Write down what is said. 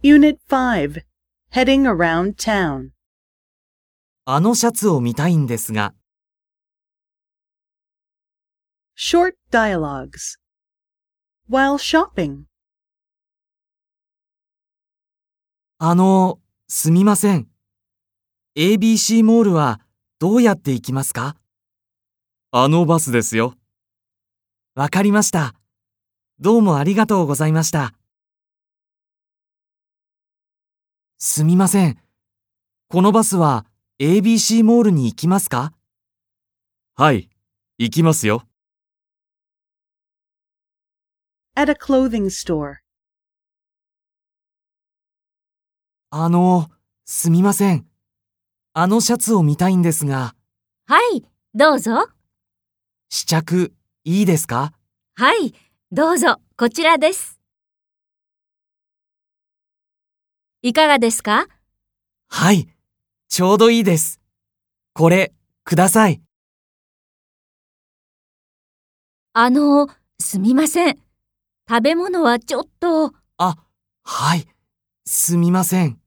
Unit 5 Heading Around Town. あのシャツを見たいんですが、 Short Dialogues. While shopping, あの、すみません。ABC モールはどうやって行きますかあのバスですよ。わかりました。どうもありがとうございました。すみません。このバスは ABC モールに行きますかはい、行きますよ。 at a clothing store, あの、すみません。あのシャツを見たいんですが、はい、どうぞ。試着、いいですかはい、どうぞ、こちらです。いかがですかはい、ちょうどいいです。これ、ください。あの、すみません。食べ物はちょっと、あ、はい、すみません。